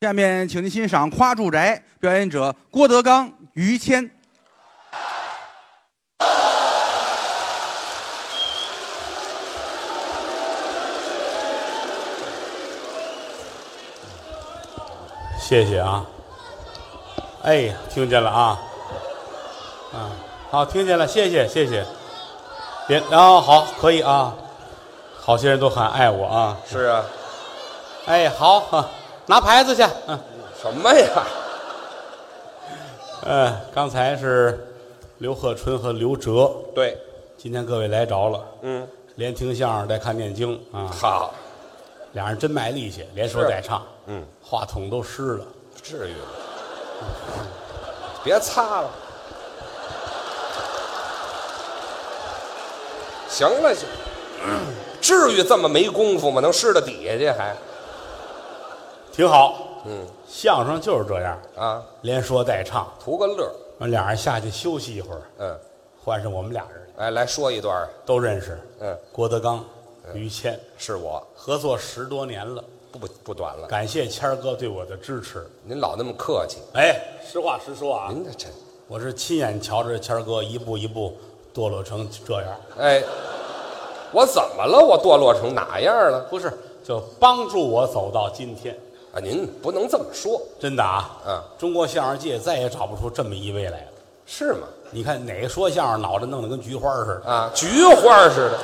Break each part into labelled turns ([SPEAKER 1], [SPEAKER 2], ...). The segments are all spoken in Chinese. [SPEAKER 1] 下面，请您欣赏《夸住宅》，表演者郭德纲、于谦。
[SPEAKER 2] 谢谢啊！哎呀，听见了啊！啊，好，听见了，谢谢谢谢。别啊，好，可以啊。好些人都喊爱我啊！
[SPEAKER 3] 是啊，
[SPEAKER 2] 哎，好，啊、拿牌子去。嗯、
[SPEAKER 3] 什么呀？
[SPEAKER 2] 呃，刚才是刘鹤春和刘哲，
[SPEAKER 3] 对，
[SPEAKER 2] 今天各位来着了，
[SPEAKER 3] 嗯，
[SPEAKER 2] 连听相声带看念经啊，
[SPEAKER 3] 好，
[SPEAKER 2] 俩人真卖力气，连说
[SPEAKER 3] 是
[SPEAKER 2] 带唱，
[SPEAKER 3] 嗯，
[SPEAKER 2] 话筒都湿了。
[SPEAKER 3] 至于吗？别擦了。行了，行，至于这么没功夫吗？能湿到底下去还？
[SPEAKER 2] 挺好，
[SPEAKER 3] 嗯
[SPEAKER 2] 相声就是这样，
[SPEAKER 3] 啊，
[SPEAKER 2] 连说带唱。
[SPEAKER 3] 图个乐儿。
[SPEAKER 2] 完，啊俩人下去休息一会儿，
[SPEAKER 3] 嗯，
[SPEAKER 2] 换上我们俩人
[SPEAKER 3] 哎，来说一段儿。
[SPEAKER 2] 都认识。
[SPEAKER 3] 嗯，
[SPEAKER 2] 郭德纲、于谦
[SPEAKER 3] 是我，
[SPEAKER 2] 合作十多年了，
[SPEAKER 3] 不不不短了。
[SPEAKER 2] 感谢谦儿哥对我的支持。
[SPEAKER 3] 您老那么客气，
[SPEAKER 2] 哎，实话实说啊，
[SPEAKER 3] 您这这，
[SPEAKER 2] 我是亲眼瞧着谦儿哥一步一步堕落成这样，
[SPEAKER 3] 哎，我怎么了？我堕落成哪样了？
[SPEAKER 2] 不是就帮助我走到今天。
[SPEAKER 3] 啊，您不能这么说，
[SPEAKER 2] 真的啊，
[SPEAKER 3] 嗯，
[SPEAKER 2] 中国相声界再也找不出这么一位来了。
[SPEAKER 3] 是吗？
[SPEAKER 2] 你看哪个说相声脑袋弄得跟菊花似的？
[SPEAKER 3] 啊，菊花似的，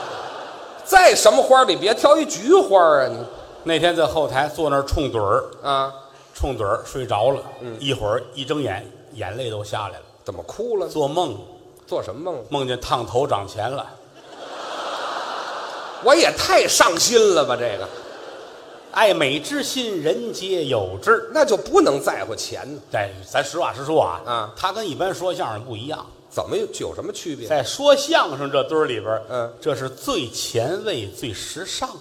[SPEAKER 3] 再什么花儿里别挑一菊花儿啊！你
[SPEAKER 2] 那天在后台坐那儿冲盹儿，
[SPEAKER 3] 啊，
[SPEAKER 2] 冲盹儿睡着了，一会儿一睁眼，眼泪都下来了。
[SPEAKER 3] 怎么哭了？
[SPEAKER 2] 做
[SPEAKER 3] 做
[SPEAKER 2] 梦
[SPEAKER 3] 做什么梦？
[SPEAKER 2] 梦见烫头涨钱了，
[SPEAKER 3] 我也太上心了吧！这个
[SPEAKER 2] 爱美之心人皆有之。
[SPEAKER 3] 那就不能在乎钱呢，
[SPEAKER 2] 哎，咱实话实说啊，
[SPEAKER 3] 啊
[SPEAKER 2] 他跟一般说相声不一样，
[SPEAKER 3] 怎么有有什么区别？
[SPEAKER 2] 在说相声这堆儿里边，
[SPEAKER 3] 嗯，
[SPEAKER 2] 这是最前卫、最时尚的。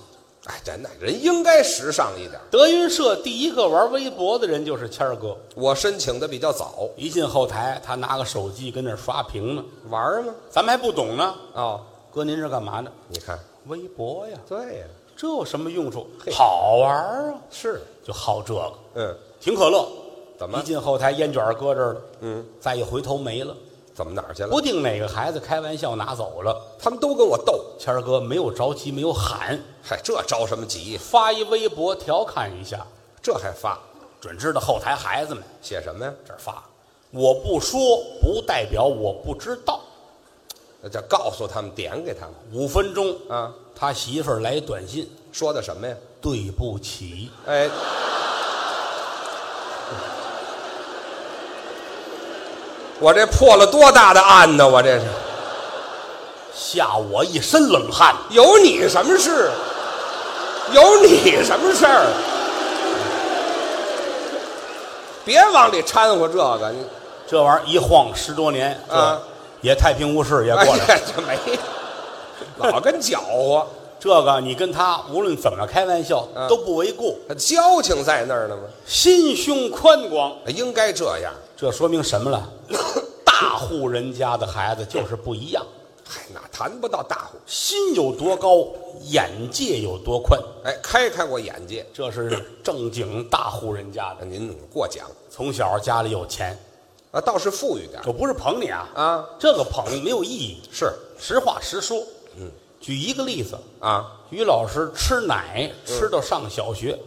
[SPEAKER 3] 哎，真的，人应该时尚一点。
[SPEAKER 2] 德云社第一个玩微博的人就是谦儿哥，
[SPEAKER 3] 我申请的比较早，
[SPEAKER 2] 一进后台，他拿个手机跟那儿刷屏呢，
[SPEAKER 3] 玩儿吗？
[SPEAKER 2] 咱们还不懂呢。
[SPEAKER 3] 哦，
[SPEAKER 2] 哥，您是干嘛呢？
[SPEAKER 3] 你看，
[SPEAKER 2] 微博呀，
[SPEAKER 3] 对呀、
[SPEAKER 2] 这有什么用处？
[SPEAKER 3] 嘿
[SPEAKER 2] 好玩儿啊，
[SPEAKER 3] 是，
[SPEAKER 2] 就好这个。
[SPEAKER 3] 嗯，
[SPEAKER 2] 挺可乐，
[SPEAKER 3] 怎么
[SPEAKER 2] 一进后台烟卷儿搁这儿了，
[SPEAKER 3] 嗯，
[SPEAKER 2] 再一回头没了，
[SPEAKER 3] 怎么哪儿去了
[SPEAKER 2] 不？定哪个孩子开玩笑拿走了。
[SPEAKER 3] 他们都跟我斗，
[SPEAKER 2] 谦儿哥没有着急，没有喊，
[SPEAKER 3] 嗨，这着什么急？
[SPEAKER 2] 发一微博调侃一下，
[SPEAKER 3] 这还发
[SPEAKER 2] 准知道后台孩子们
[SPEAKER 3] 写什么呀？
[SPEAKER 2] 这儿发。我不说，不代表我不知道。
[SPEAKER 3] 那就告诉他们，点给他们
[SPEAKER 2] 五分钟，
[SPEAKER 3] 啊。
[SPEAKER 2] 他媳妇儿来一短信：“
[SPEAKER 3] 说的什么呀？
[SPEAKER 2] 对不起，
[SPEAKER 3] 哎，我这破了多大的案呢？我这是
[SPEAKER 2] 吓我一身冷汗。
[SPEAKER 3] 有你什么事？有你什么事儿？别往里掺和这个，你
[SPEAKER 2] 这玩意儿一晃十多年，
[SPEAKER 3] 啊
[SPEAKER 2] 这也太平无事也过来了。
[SPEAKER 3] 哎呀，这没老跟搅和，
[SPEAKER 2] 这个你跟他无论怎么开玩笑、
[SPEAKER 3] 嗯
[SPEAKER 2] 都不为过，
[SPEAKER 3] 交情在那儿呢吗？
[SPEAKER 2] 心胸宽广，
[SPEAKER 3] 应该这样。
[SPEAKER 2] 这说明什么 了？大户人家的孩子就是不一样，
[SPEAKER 3] 嗨，哪谈不到大户？
[SPEAKER 2] 心有多高，眼界有多宽，
[SPEAKER 3] 哎，开开我眼界，
[SPEAKER 2] 这是正经大户人家 的。
[SPEAKER 3] 您过奖
[SPEAKER 2] 从小家里有钱，
[SPEAKER 3] 啊，倒是富裕点儿
[SPEAKER 2] 我不是捧你啊，
[SPEAKER 3] 啊，
[SPEAKER 2] 这个捧没有意义，
[SPEAKER 3] 是
[SPEAKER 2] 实话实说。嗯，举一个例子，
[SPEAKER 3] 啊。
[SPEAKER 2] 于老师吃奶吃到上小学，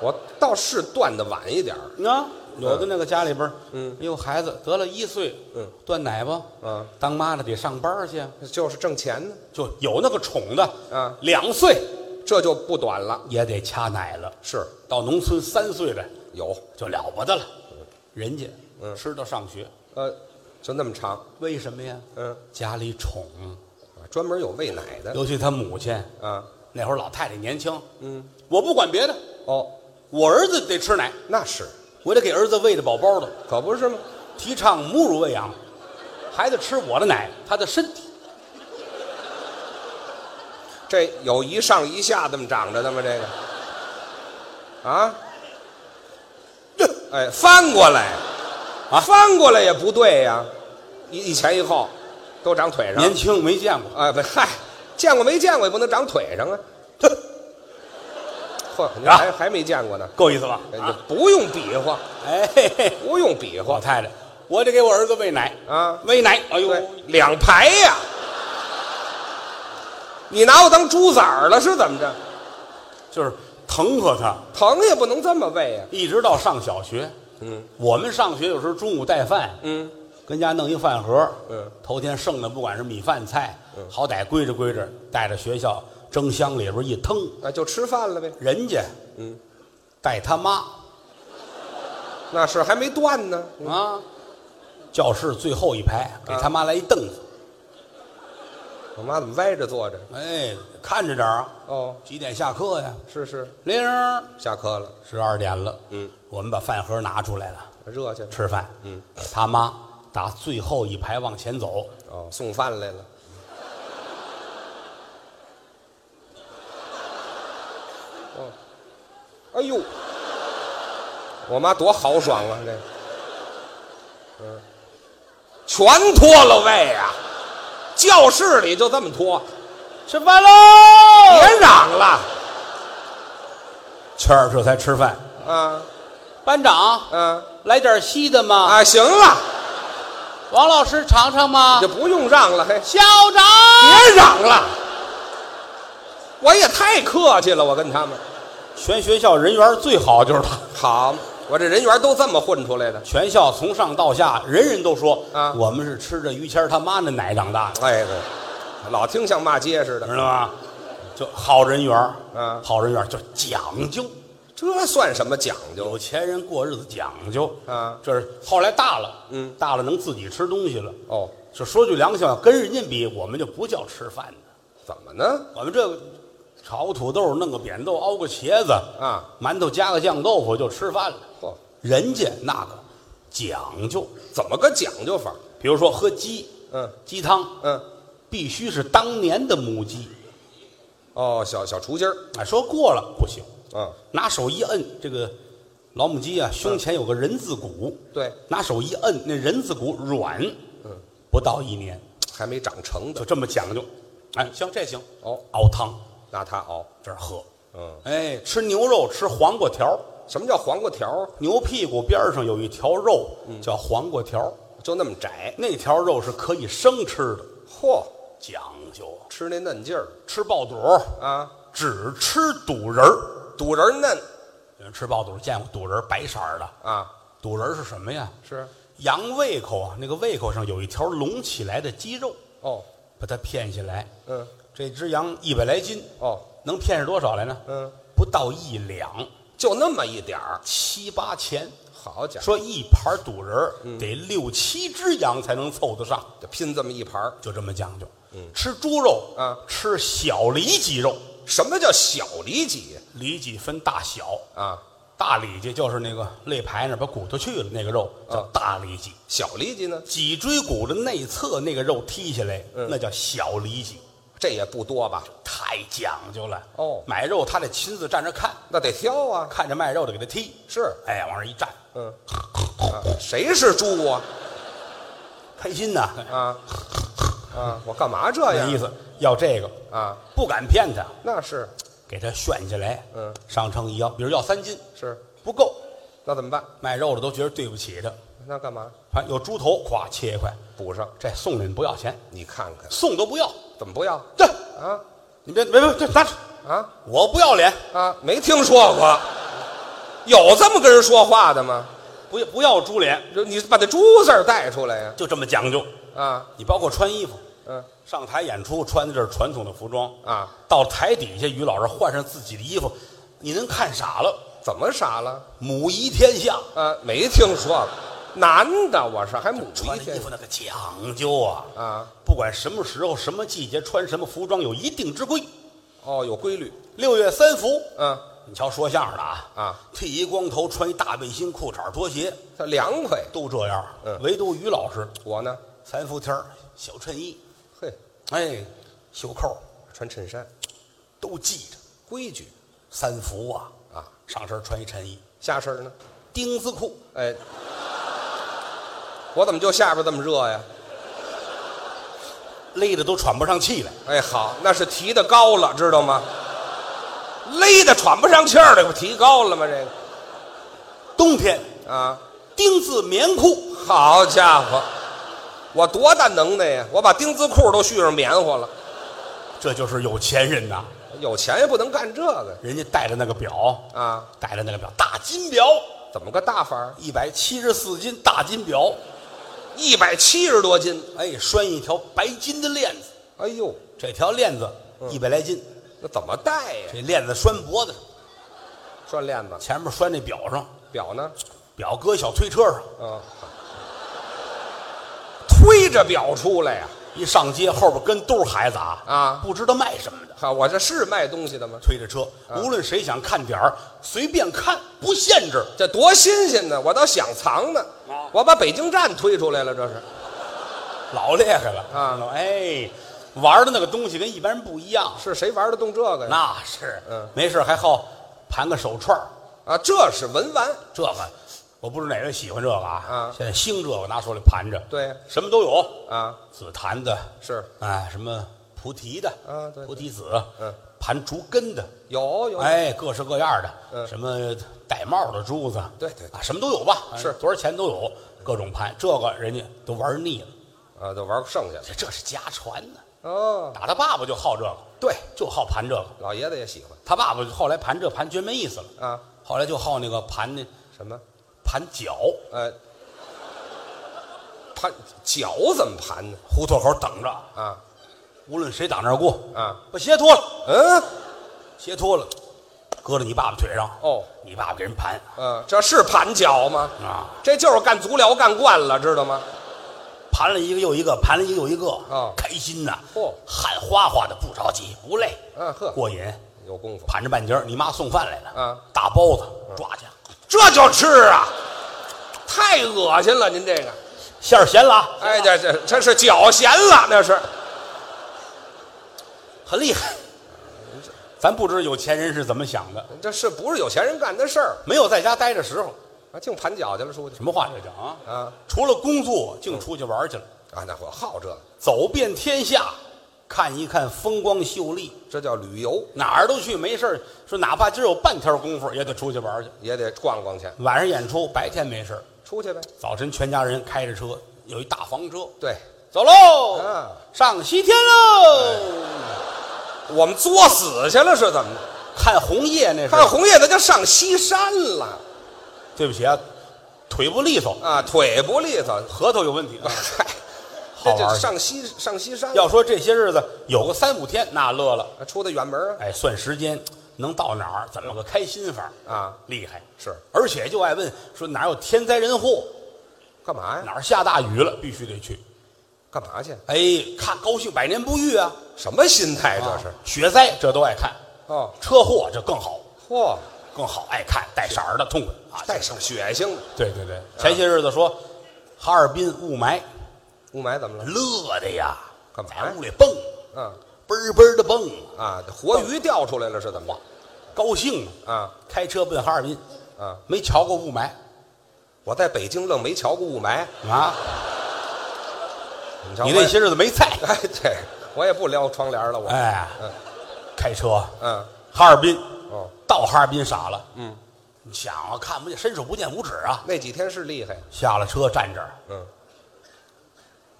[SPEAKER 3] 我倒是断的晚一点儿，
[SPEAKER 2] 啊，有的那个家里边，嗯，啊哎呦，孩子得了一岁，
[SPEAKER 3] 嗯，
[SPEAKER 2] 断奶吧，
[SPEAKER 3] 嗯，
[SPEAKER 2] 当妈的得上班去啊，
[SPEAKER 3] 就是挣钱呢，
[SPEAKER 2] 就有那个宠的，
[SPEAKER 3] 嗯，
[SPEAKER 2] 两岁
[SPEAKER 3] 这就不短了。
[SPEAKER 2] 也得掐奶了，
[SPEAKER 3] 是
[SPEAKER 2] 到农村三岁的
[SPEAKER 3] 有，
[SPEAKER 2] 就了不得了，人家
[SPEAKER 3] 嗯
[SPEAKER 2] 吃到上学，
[SPEAKER 3] 呃，就那么长，
[SPEAKER 2] 为什么呀？
[SPEAKER 3] 嗯，
[SPEAKER 2] 家里宠，
[SPEAKER 3] 啊专门有喂奶的
[SPEAKER 2] 尤其他母亲
[SPEAKER 3] 啊，
[SPEAKER 2] 那会儿老太太年轻，
[SPEAKER 3] 嗯，
[SPEAKER 2] 我不管别的，
[SPEAKER 3] 哦，
[SPEAKER 2] 我儿子得吃奶，
[SPEAKER 3] 那是，
[SPEAKER 2] 我得给儿子喂的饱饱的，
[SPEAKER 3] 可不是吗？
[SPEAKER 2] 提倡母乳喂养，孩子吃我的奶，他的身体。
[SPEAKER 3] 这有一上一下这么长着的吗？这个，啊，哎，翻过来，
[SPEAKER 2] 啊
[SPEAKER 3] 翻过来也不对呀，一一前一后，都长腿上
[SPEAKER 2] 年。轻没见过，
[SPEAKER 3] 哎，不，嗨，见过没见过也不能长腿上啊。嚯，您
[SPEAKER 2] 啊
[SPEAKER 3] 还还没见过呢，
[SPEAKER 2] 够意思吧？
[SPEAKER 3] 哎
[SPEAKER 2] 啊，
[SPEAKER 3] 不用比划，
[SPEAKER 2] 哎，嘿嘿
[SPEAKER 3] 不用比划
[SPEAKER 2] 老太太，我得给我儿子喂奶，
[SPEAKER 3] 啊，
[SPEAKER 2] 喂奶，哎呦
[SPEAKER 3] 对，，两排呀，你拿我当猪崽儿了是怎么着？
[SPEAKER 2] 就是疼和他，
[SPEAKER 3] 疼也不能这么喂啊呀，
[SPEAKER 2] 一直到上小学。
[SPEAKER 3] 嗯
[SPEAKER 2] 我们上学有时候中午带饭，
[SPEAKER 3] 嗯，
[SPEAKER 2] 跟家弄一饭盒，
[SPEAKER 3] 嗯，
[SPEAKER 2] 头天剩的不管是米饭菜，好歹归着归着，带着学校蒸箱里边一腾，
[SPEAKER 3] 那就吃饭了呗，
[SPEAKER 2] 人家，
[SPEAKER 3] 嗯，
[SPEAKER 2] 带他妈
[SPEAKER 3] 那是还没断呢，
[SPEAKER 2] 啊，教室最后一排
[SPEAKER 3] 啊
[SPEAKER 2] 给他妈来一凳子，
[SPEAKER 3] 我妈怎么歪着坐着？
[SPEAKER 2] 哎，看着点儿啊，
[SPEAKER 3] 哦，
[SPEAKER 2] 几点下课呀？
[SPEAKER 3] 是是，
[SPEAKER 2] 铃儿
[SPEAKER 3] 下课了，
[SPEAKER 2] 十二点了，
[SPEAKER 3] 嗯，
[SPEAKER 2] 我们把饭盒拿出来了，
[SPEAKER 3] 热去了，
[SPEAKER 2] 吃饭，
[SPEAKER 3] 嗯，
[SPEAKER 2] 他妈打最后一排往前走，
[SPEAKER 3] 哦，送饭来了，哦，哎呦，我妈多豪爽啊，这，嗯，嗯全脱了喂呀、教室里就这么脱，
[SPEAKER 2] 吃饭
[SPEAKER 3] 别
[SPEAKER 2] 喽！
[SPEAKER 3] 嚷了
[SPEAKER 2] 谦儿这才吃饭，
[SPEAKER 3] 啊
[SPEAKER 2] 班长，
[SPEAKER 3] 啊
[SPEAKER 2] 来点稀的吗？
[SPEAKER 3] 啊！行了，
[SPEAKER 2] 王老师尝尝吗
[SPEAKER 3] 就？不用让了，嘿。
[SPEAKER 2] 校长，
[SPEAKER 3] 别嚷了，我也太客气了，我跟他们
[SPEAKER 2] 全学校人缘最好就是他，
[SPEAKER 3] 好，我这人缘都这么混出来的。
[SPEAKER 2] 全校从上到下，人人都说
[SPEAKER 3] 啊
[SPEAKER 2] 我们是吃着于谦儿他妈的奶长大的，
[SPEAKER 3] 哎，对，老听像骂街似的，
[SPEAKER 2] 知道吗？就好人缘儿
[SPEAKER 3] 啊
[SPEAKER 2] 好人缘儿就讲究，
[SPEAKER 3] 这算什么讲究
[SPEAKER 2] 有钱人过日子讲究
[SPEAKER 3] 啊
[SPEAKER 2] 这是后来大了，
[SPEAKER 3] 嗯，
[SPEAKER 2] 大了能自己吃东西了。
[SPEAKER 3] 哦？
[SPEAKER 2] 就说句良心话，跟人家比，我们就不叫吃饭的，
[SPEAKER 3] 怎么呢？
[SPEAKER 2] 我们这个炒个土豆，弄个扁豆，熬个茄子
[SPEAKER 3] 啊，
[SPEAKER 2] 馒头加个酱豆腐就吃饭了。
[SPEAKER 3] 嚯，
[SPEAKER 2] 人家那个讲究，
[SPEAKER 3] 哦怎么个讲究法？
[SPEAKER 2] 比如说喝鸡，
[SPEAKER 3] 嗯
[SPEAKER 2] 鸡汤
[SPEAKER 3] 嗯，
[SPEAKER 2] 必须是当年的母鸡，
[SPEAKER 3] 哦，小小雏鸡儿，
[SPEAKER 2] 啊，说过了不行，
[SPEAKER 3] 嗯，
[SPEAKER 2] 拿手一摁这个老母鸡啊，胸前有个人字骨，
[SPEAKER 3] 嗯对，
[SPEAKER 2] 拿手一摁，那人字骨软，嗯，不到一年，
[SPEAKER 3] 还没长成的
[SPEAKER 2] 就这么讲究，哎，行，这行，
[SPEAKER 3] 哦，
[SPEAKER 2] 熬汤
[SPEAKER 3] 拿它熬。
[SPEAKER 2] 这儿喝，
[SPEAKER 3] 嗯，
[SPEAKER 2] 哎，吃牛肉吃黄瓜条儿，
[SPEAKER 3] 什么叫黄瓜条儿？
[SPEAKER 2] 牛屁股边儿上有一条肉叫黄瓜条儿，
[SPEAKER 3] 就那么窄？
[SPEAKER 2] 那条肉是可以生吃的，
[SPEAKER 3] 嚯，
[SPEAKER 2] 讲究啊。
[SPEAKER 3] 吃那嫩劲儿
[SPEAKER 2] 吃爆肚儿，
[SPEAKER 3] 啊，
[SPEAKER 2] 只吃肚仁儿。
[SPEAKER 3] 肚仁儿嫩
[SPEAKER 2] 有人吃爆肚儿见过肚仁儿白色儿的，
[SPEAKER 3] 啊，
[SPEAKER 2] 肚仁儿是什么呀？
[SPEAKER 3] 是
[SPEAKER 2] 羊胃口啊，那个胃口上有一条隆起来的肌肉，
[SPEAKER 3] 哦，
[SPEAKER 2] 把它片起来。
[SPEAKER 3] 嗯
[SPEAKER 2] 这只羊一百来斤，
[SPEAKER 3] 哦，
[SPEAKER 2] 能片是多少来呢？
[SPEAKER 3] 嗯，
[SPEAKER 2] 不到一两，
[SPEAKER 3] 就那么一点儿。
[SPEAKER 2] 七八钱。
[SPEAKER 3] 好家伙，
[SPEAKER 2] 说一盘肚仁儿
[SPEAKER 3] 嗯
[SPEAKER 2] 得六七只羊才能凑得上，
[SPEAKER 3] 就拼这么一盘儿
[SPEAKER 2] 就这么讲究。吃猪肉
[SPEAKER 3] 嗯啊
[SPEAKER 2] 吃小里脊肉，
[SPEAKER 3] 什么叫小里脊
[SPEAKER 2] 里脊分大小，
[SPEAKER 3] 啊？
[SPEAKER 2] 大里脊就是那个肋排那儿把骨头去了那个肉
[SPEAKER 3] 啊
[SPEAKER 2] 叫大里脊，
[SPEAKER 3] 小里脊呢？
[SPEAKER 2] 脊椎骨的内侧那个肉剔下来，
[SPEAKER 3] 嗯
[SPEAKER 2] 那叫小里脊，
[SPEAKER 3] 这也不多吧？
[SPEAKER 2] 太讲究了。
[SPEAKER 3] 哦
[SPEAKER 2] 买肉他得亲自站着看，
[SPEAKER 3] 那得挑啊。
[SPEAKER 2] 看着卖肉的给他剔，
[SPEAKER 3] 是，
[SPEAKER 2] 哎，往这一站，
[SPEAKER 3] 嗯，啊谁是猪啊？
[SPEAKER 2] 开心呐，
[SPEAKER 3] 啊啊！我干嘛这
[SPEAKER 2] 那
[SPEAKER 3] 样？
[SPEAKER 2] 意思要这个，
[SPEAKER 3] 啊，
[SPEAKER 2] 不敢骗他，
[SPEAKER 3] 那是
[SPEAKER 2] 给他炫起来，
[SPEAKER 3] 嗯，
[SPEAKER 2] 上称一要，比如要三斤
[SPEAKER 3] 是，
[SPEAKER 2] 不够，
[SPEAKER 3] 那怎么办？
[SPEAKER 2] 卖肉的都觉得对不起他，
[SPEAKER 3] 那干嘛？
[SPEAKER 2] 反正有猪头，咵切一块，
[SPEAKER 3] 补上，
[SPEAKER 2] 这送人不要钱，
[SPEAKER 3] 你看看
[SPEAKER 2] 送都不要，
[SPEAKER 3] 怎么不要
[SPEAKER 2] 这
[SPEAKER 3] 啊
[SPEAKER 2] 你别别别，这拿着。
[SPEAKER 3] 啊
[SPEAKER 2] 我不要脸，
[SPEAKER 3] 啊？没听说过，有这么跟人说话的吗？
[SPEAKER 2] 不要不要猪脸，
[SPEAKER 3] 就你把那“猪”字儿带出来呀、
[SPEAKER 2] 就这么讲究。
[SPEAKER 3] 啊！
[SPEAKER 2] 你包括穿衣服，
[SPEAKER 3] 嗯
[SPEAKER 2] 上台演出穿的这是传统的服装
[SPEAKER 3] 啊，
[SPEAKER 2] 到台底下于老师换上自己的衣服，你能看傻了。
[SPEAKER 3] 怎么傻了？
[SPEAKER 2] 母仪天下，
[SPEAKER 3] 啊，没听说过，男的我是还母
[SPEAKER 2] 穿
[SPEAKER 3] 一
[SPEAKER 2] 的
[SPEAKER 3] 天
[SPEAKER 2] 衣服那个讲究啊，
[SPEAKER 3] 啊？
[SPEAKER 2] 不管什么时候、什么季节穿什么服装，有一定之规。
[SPEAKER 3] 哦，有规律，
[SPEAKER 2] 六月三伏，
[SPEAKER 3] 嗯，
[SPEAKER 2] 你瞧说相声的啊
[SPEAKER 3] 啊，
[SPEAKER 2] 剃一光头，穿一大背心、裤衩、拖鞋，
[SPEAKER 3] 他凉快。
[SPEAKER 2] 都这样。
[SPEAKER 3] 嗯
[SPEAKER 2] 唯独于老师
[SPEAKER 3] 我呢，
[SPEAKER 2] 三伏天儿小衬衣，
[SPEAKER 3] 嘿，
[SPEAKER 2] 哎，袖扣
[SPEAKER 3] 穿衬衫，
[SPEAKER 2] 都系着。
[SPEAKER 3] 规矩
[SPEAKER 2] 三伏啊，
[SPEAKER 3] 啊。
[SPEAKER 2] 上身穿一衬衣，
[SPEAKER 3] 下身呢？
[SPEAKER 2] 丁字裤，
[SPEAKER 3] 哎，我怎么就下边这么热呀？
[SPEAKER 2] 勒得都喘不上气来，
[SPEAKER 3] 哎，好，那是提的高了，知道吗？勒得喘不上气儿来，不提高了吗？这个
[SPEAKER 2] 冬天
[SPEAKER 3] 啊，
[SPEAKER 2] 丁字棉裤，
[SPEAKER 3] 好家伙，我多大能耐呀！我把丁字裤都续上棉花了，
[SPEAKER 2] 这就是有钱人呐！
[SPEAKER 3] 有钱也不能干这个
[SPEAKER 2] 人家戴着那个表，
[SPEAKER 3] 啊！
[SPEAKER 2] 戴着那个表，大金表，
[SPEAKER 3] 怎么个大法儿？
[SPEAKER 2] 一百七十四斤大金表，
[SPEAKER 3] 一百七十多斤，
[SPEAKER 2] 哎，拴一条白金的链子，
[SPEAKER 3] 哎呦，
[SPEAKER 2] 这条链子
[SPEAKER 3] 嗯
[SPEAKER 2] 一百来斤，
[SPEAKER 3] 那怎么戴呀？
[SPEAKER 2] 这链子拴脖子上，
[SPEAKER 3] 拴链子，
[SPEAKER 2] 前面拴那表上，
[SPEAKER 3] 表呢？
[SPEAKER 2] 表搁小推车上，
[SPEAKER 3] 啊，推着表出来呀、
[SPEAKER 2] 一上街后边跟都是孩子啊
[SPEAKER 3] 啊
[SPEAKER 2] 不知道卖什么的，
[SPEAKER 3] 啊！我这是卖东西的吗？
[SPEAKER 2] 推着车，
[SPEAKER 3] 啊
[SPEAKER 2] 无论谁想看点儿，随便看，不限制。
[SPEAKER 3] 这多新鲜呢！我倒想藏呢
[SPEAKER 2] 啊。
[SPEAKER 3] 我把北京站推出来了，这是
[SPEAKER 2] 老厉害了
[SPEAKER 3] 啊！
[SPEAKER 2] 哎，玩的那个东西跟一般人不一样，
[SPEAKER 3] 是谁玩得动这个呀？
[SPEAKER 2] 那是，
[SPEAKER 3] 嗯
[SPEAKER 2] 没事还好盘个手串儿
[SPEAKER 3] 啊，这是文玩，
[SPEAKER 2] 这个我不知哪位喜欢这个啊，
[SPEAKER 3] 啊
[SPEAKER 2] 现在兴这个拿手里盘着，
[SPEAKER 3] 对
[SPEAKER 2] 什么都有，
[SPEAKER 3] 啊，
[SPEAKER 2] 紫檀的，
[SPEAKER 3] 是
[SPEAKER 2] 哎，什么菩提的，
[SPEAKER 3] 啊对
[SPEAKER 2] 菩提子，
[SPEAKER 3] 嗯，
[SPEAKER 2] 盘竹根的，
[SPEAKER 3] 有有，
[SPEAKER 2] 哎，各式各样的，
[SPEAKER 3] 嗯
[SPEAKER 2] 什么戴帽的珠子，
[SPEAKER 3] 对对对
[SPEAKER 2] 啊，什么都有吧，哎
[SPEAKER 3] 是
[SPEAKER 2] 多少钱都有，各种盘，这个人家都玩腻了，
[SPEAKER 3] 啊，都玩剩下的
[SPEAKER 2] 这这是家传呢、
[SPEAKER 3] 哦。
[SPEAKER 2] 打他爸爸就好这个，
[SPEAKER 3] 对，
[SPEAKER 2] 就好盘这个。
[SPEAKER 3] 老爷子也喜欢
[SPEAKER 2] 他爸爸后来盘这盘觉得没意思了，
[SPEAKER 3] 啊。
[SPEAKER 2] 后来就好那个盘那
[SPEAKER 3] 什么？
[SPEAKER 2] 盘脚，
[SPEAKER 3] 呃，盘脚怎么盘呢？
[SPEAKER 2] 胡同口等着，
[SPEAKER 3] 啊
[SPEAKER 2] 无论谁挡那儿过，
[SPEAKER 3] 啊，
[SPEAKER 2] 把鞋脱了，
[SPEAKER 3] 嗯，
[SPEAKER 2] 鞋脱了，搁到你爸爸腿上，
[SPEAKER 3] 哦，
[SPEAKER 2] 你爸爸给人盘
[SPEAKER 3] 呃，这是盘脚吗？
[SPEAKER 2] 啊，
[SPEAKER 3] 这就是干足疗干惯了，知道吗？
[SPEAKER 2] 盘了一个又一个，盘了一个又一个，
[SPEAKER 3] 哦
[SPEAKER 2] 开心呐，
[SPEAKER 3] 嚯
[SPEAKER 2] 汗哗哗的，不着急，不累，
[SPEAKER 3] 啊呵，
[SPEAKER 2] 过瘾，
[SPEAKER 3] 有功夫，
[SPEAKER 2] 盘着半截儿你妈送饭来了，
[SPEAKER 3] 啊，
[SPEAKER 2] 大包子抓去，
[SPEAKER 3] 这就吃啊，太恶心了，您这个，
[SPEAKER 2] 馅儿咸了啊，
[SPEAKER 3] 哎，这这这是脚咸了，那是
[SPEAKER 2] 很厉害。咱不知有钱人是怎么想的，
[SPEAKER 3] 这是不是有钱人干的事儿？
[SPEAKER 2] 没有在家待着时候，
[SPEAKER 3] 啊，净盘脚去了，出去
[SPEAKER 2] 什么话这叫啊？
[SPEAKER 3] 啊
[SPEAKER 2] 除了工作，净出去玩去了，
[SPEAKER 3] 啊，那我好这个，
[SPEAKER 2] 走遍天下，看一看风光秀丽，
[SPEAKER 3] 这叫旅游，
[SPEAKER 2] 哪儿都去，没事儿说哪怕今儿有半天功夫，也得出去玩去。
[SPEAKER 3] 也得逛逛去，
[SPEAKER 2] 晚上演出，白天没事儿
[SPEAKER 3] 出去呗。
[SPEAKER 2] 早晨全家人开着车，有一大房车，
[SPEAKER 3] 对，
[SPEAKER 2] 走喽，
[SPEAKER 3] 啊
[SPEAKER 2] 上西天喽，
[SPEAKER 3] 我们作死去了是怎么的？
[SPEAKER 2] 看红叶那是。
[SPEAKER 3] 看红叶那就上西山了
[SPEAKER 2] 对不起啊，腿不利索，
[SPEAKER 3] 啊，腿不利索，
[SPEAKER 2] 核桃有问题。啊
[SPEAKER 3] 嗨，
[SPEAKER 2] 好
[SPEAKER 3] 那
[SPEAKER 2] 玩
[SPEAKER 3] 就
[SPEAKER 2] 儿
[SPEAKER 3] 上西上西山，
[SPEAKER 2] 要说这些日子有个三五天，那乐了。
[SPEAKER 3] 啊出的远门啊
[SPEAKER 2] 哎，算时间能到哪儿，怎么个开心法儿？
[SPEAKER 3] 啊，
[SPEAKER 2] 厉害
[SPEAKER 3] 是
[SPEAKER 2] 而且就爱问说哪儿有天灾人祸，
[SPEAKER 3] 干嘛呀？
[SPEAKER 2] 哪儿下大雨了，必须得去。
[SPEAKER 3] 干嘛去？
[SPEAKER 2] 哎，看高兴百年不遇啊，
[SPEAKER 3] 什么心态这是
[SPEAKER 2] 啊？雪灾这都爱看，
[SPEAKER 3] 哦，
[SPEAKER 2] 车祸这更好，
[SPEAKER 3] 嚯，
[SPEAKER 2] 更好爱看，带色儿的痛快啊，
[SPEAKER 3] 哦带上血腥，
[SPEAKER 2] 对对对，前些日子说哈尔滨雾霾，
[SPEAKER 3] 雾霾怎么了？
[SPEAKER 2] 乐的呀，
[SPEAKER 3] 干嘛呀
[SPEAKER 2] 在屋里蹦，
[SPEAKER 3] 嗯
[SPEAKER 2] 嘣儿嘣儿的蹦，
[SPEAKER 3] 啊，活鱼钓出来了是怎么？
[SPEAKER 2] 高兴啊！
[SPEAKER 3] 啊
[SPEAKER 2] 开车奔哈尔滨，
[SPEAKER 3] 啊！
[SPEAKER 2] 没瞧过雾霾
[SPEAKER 3] 我在北京愣没瞧过雾霾，
[SPEAKER 2] 啊！
[SPEAKER 3] 你瞧
[SPEAKER 2] 你
[SPEAKER 3] 我
[SPEAKER 2] 那
[SPEAKER 3] 也
[SPEAKER 2] 些日子没菜，
[SPEAKER 3] 哎，对我也不撩窗帘了，我
[SPEAKER 2] 哎
[SPEAKER 3] 嗯，
[SPEAKER 2] 开车
[SPEAKER 3] 嗯
[SPEAKER 2] 哈尔滨，
[SPEAKER 3] 哦，
[SPEAKER 2] 到哈尔滨傻了，嗯，你想啊，看不见，伸手不见五指啊！
[SPEAKER 3] 那几天是厉害，
[SPEAKER 2] 下了车站这儿，
[SPEAKER 3] 嗯，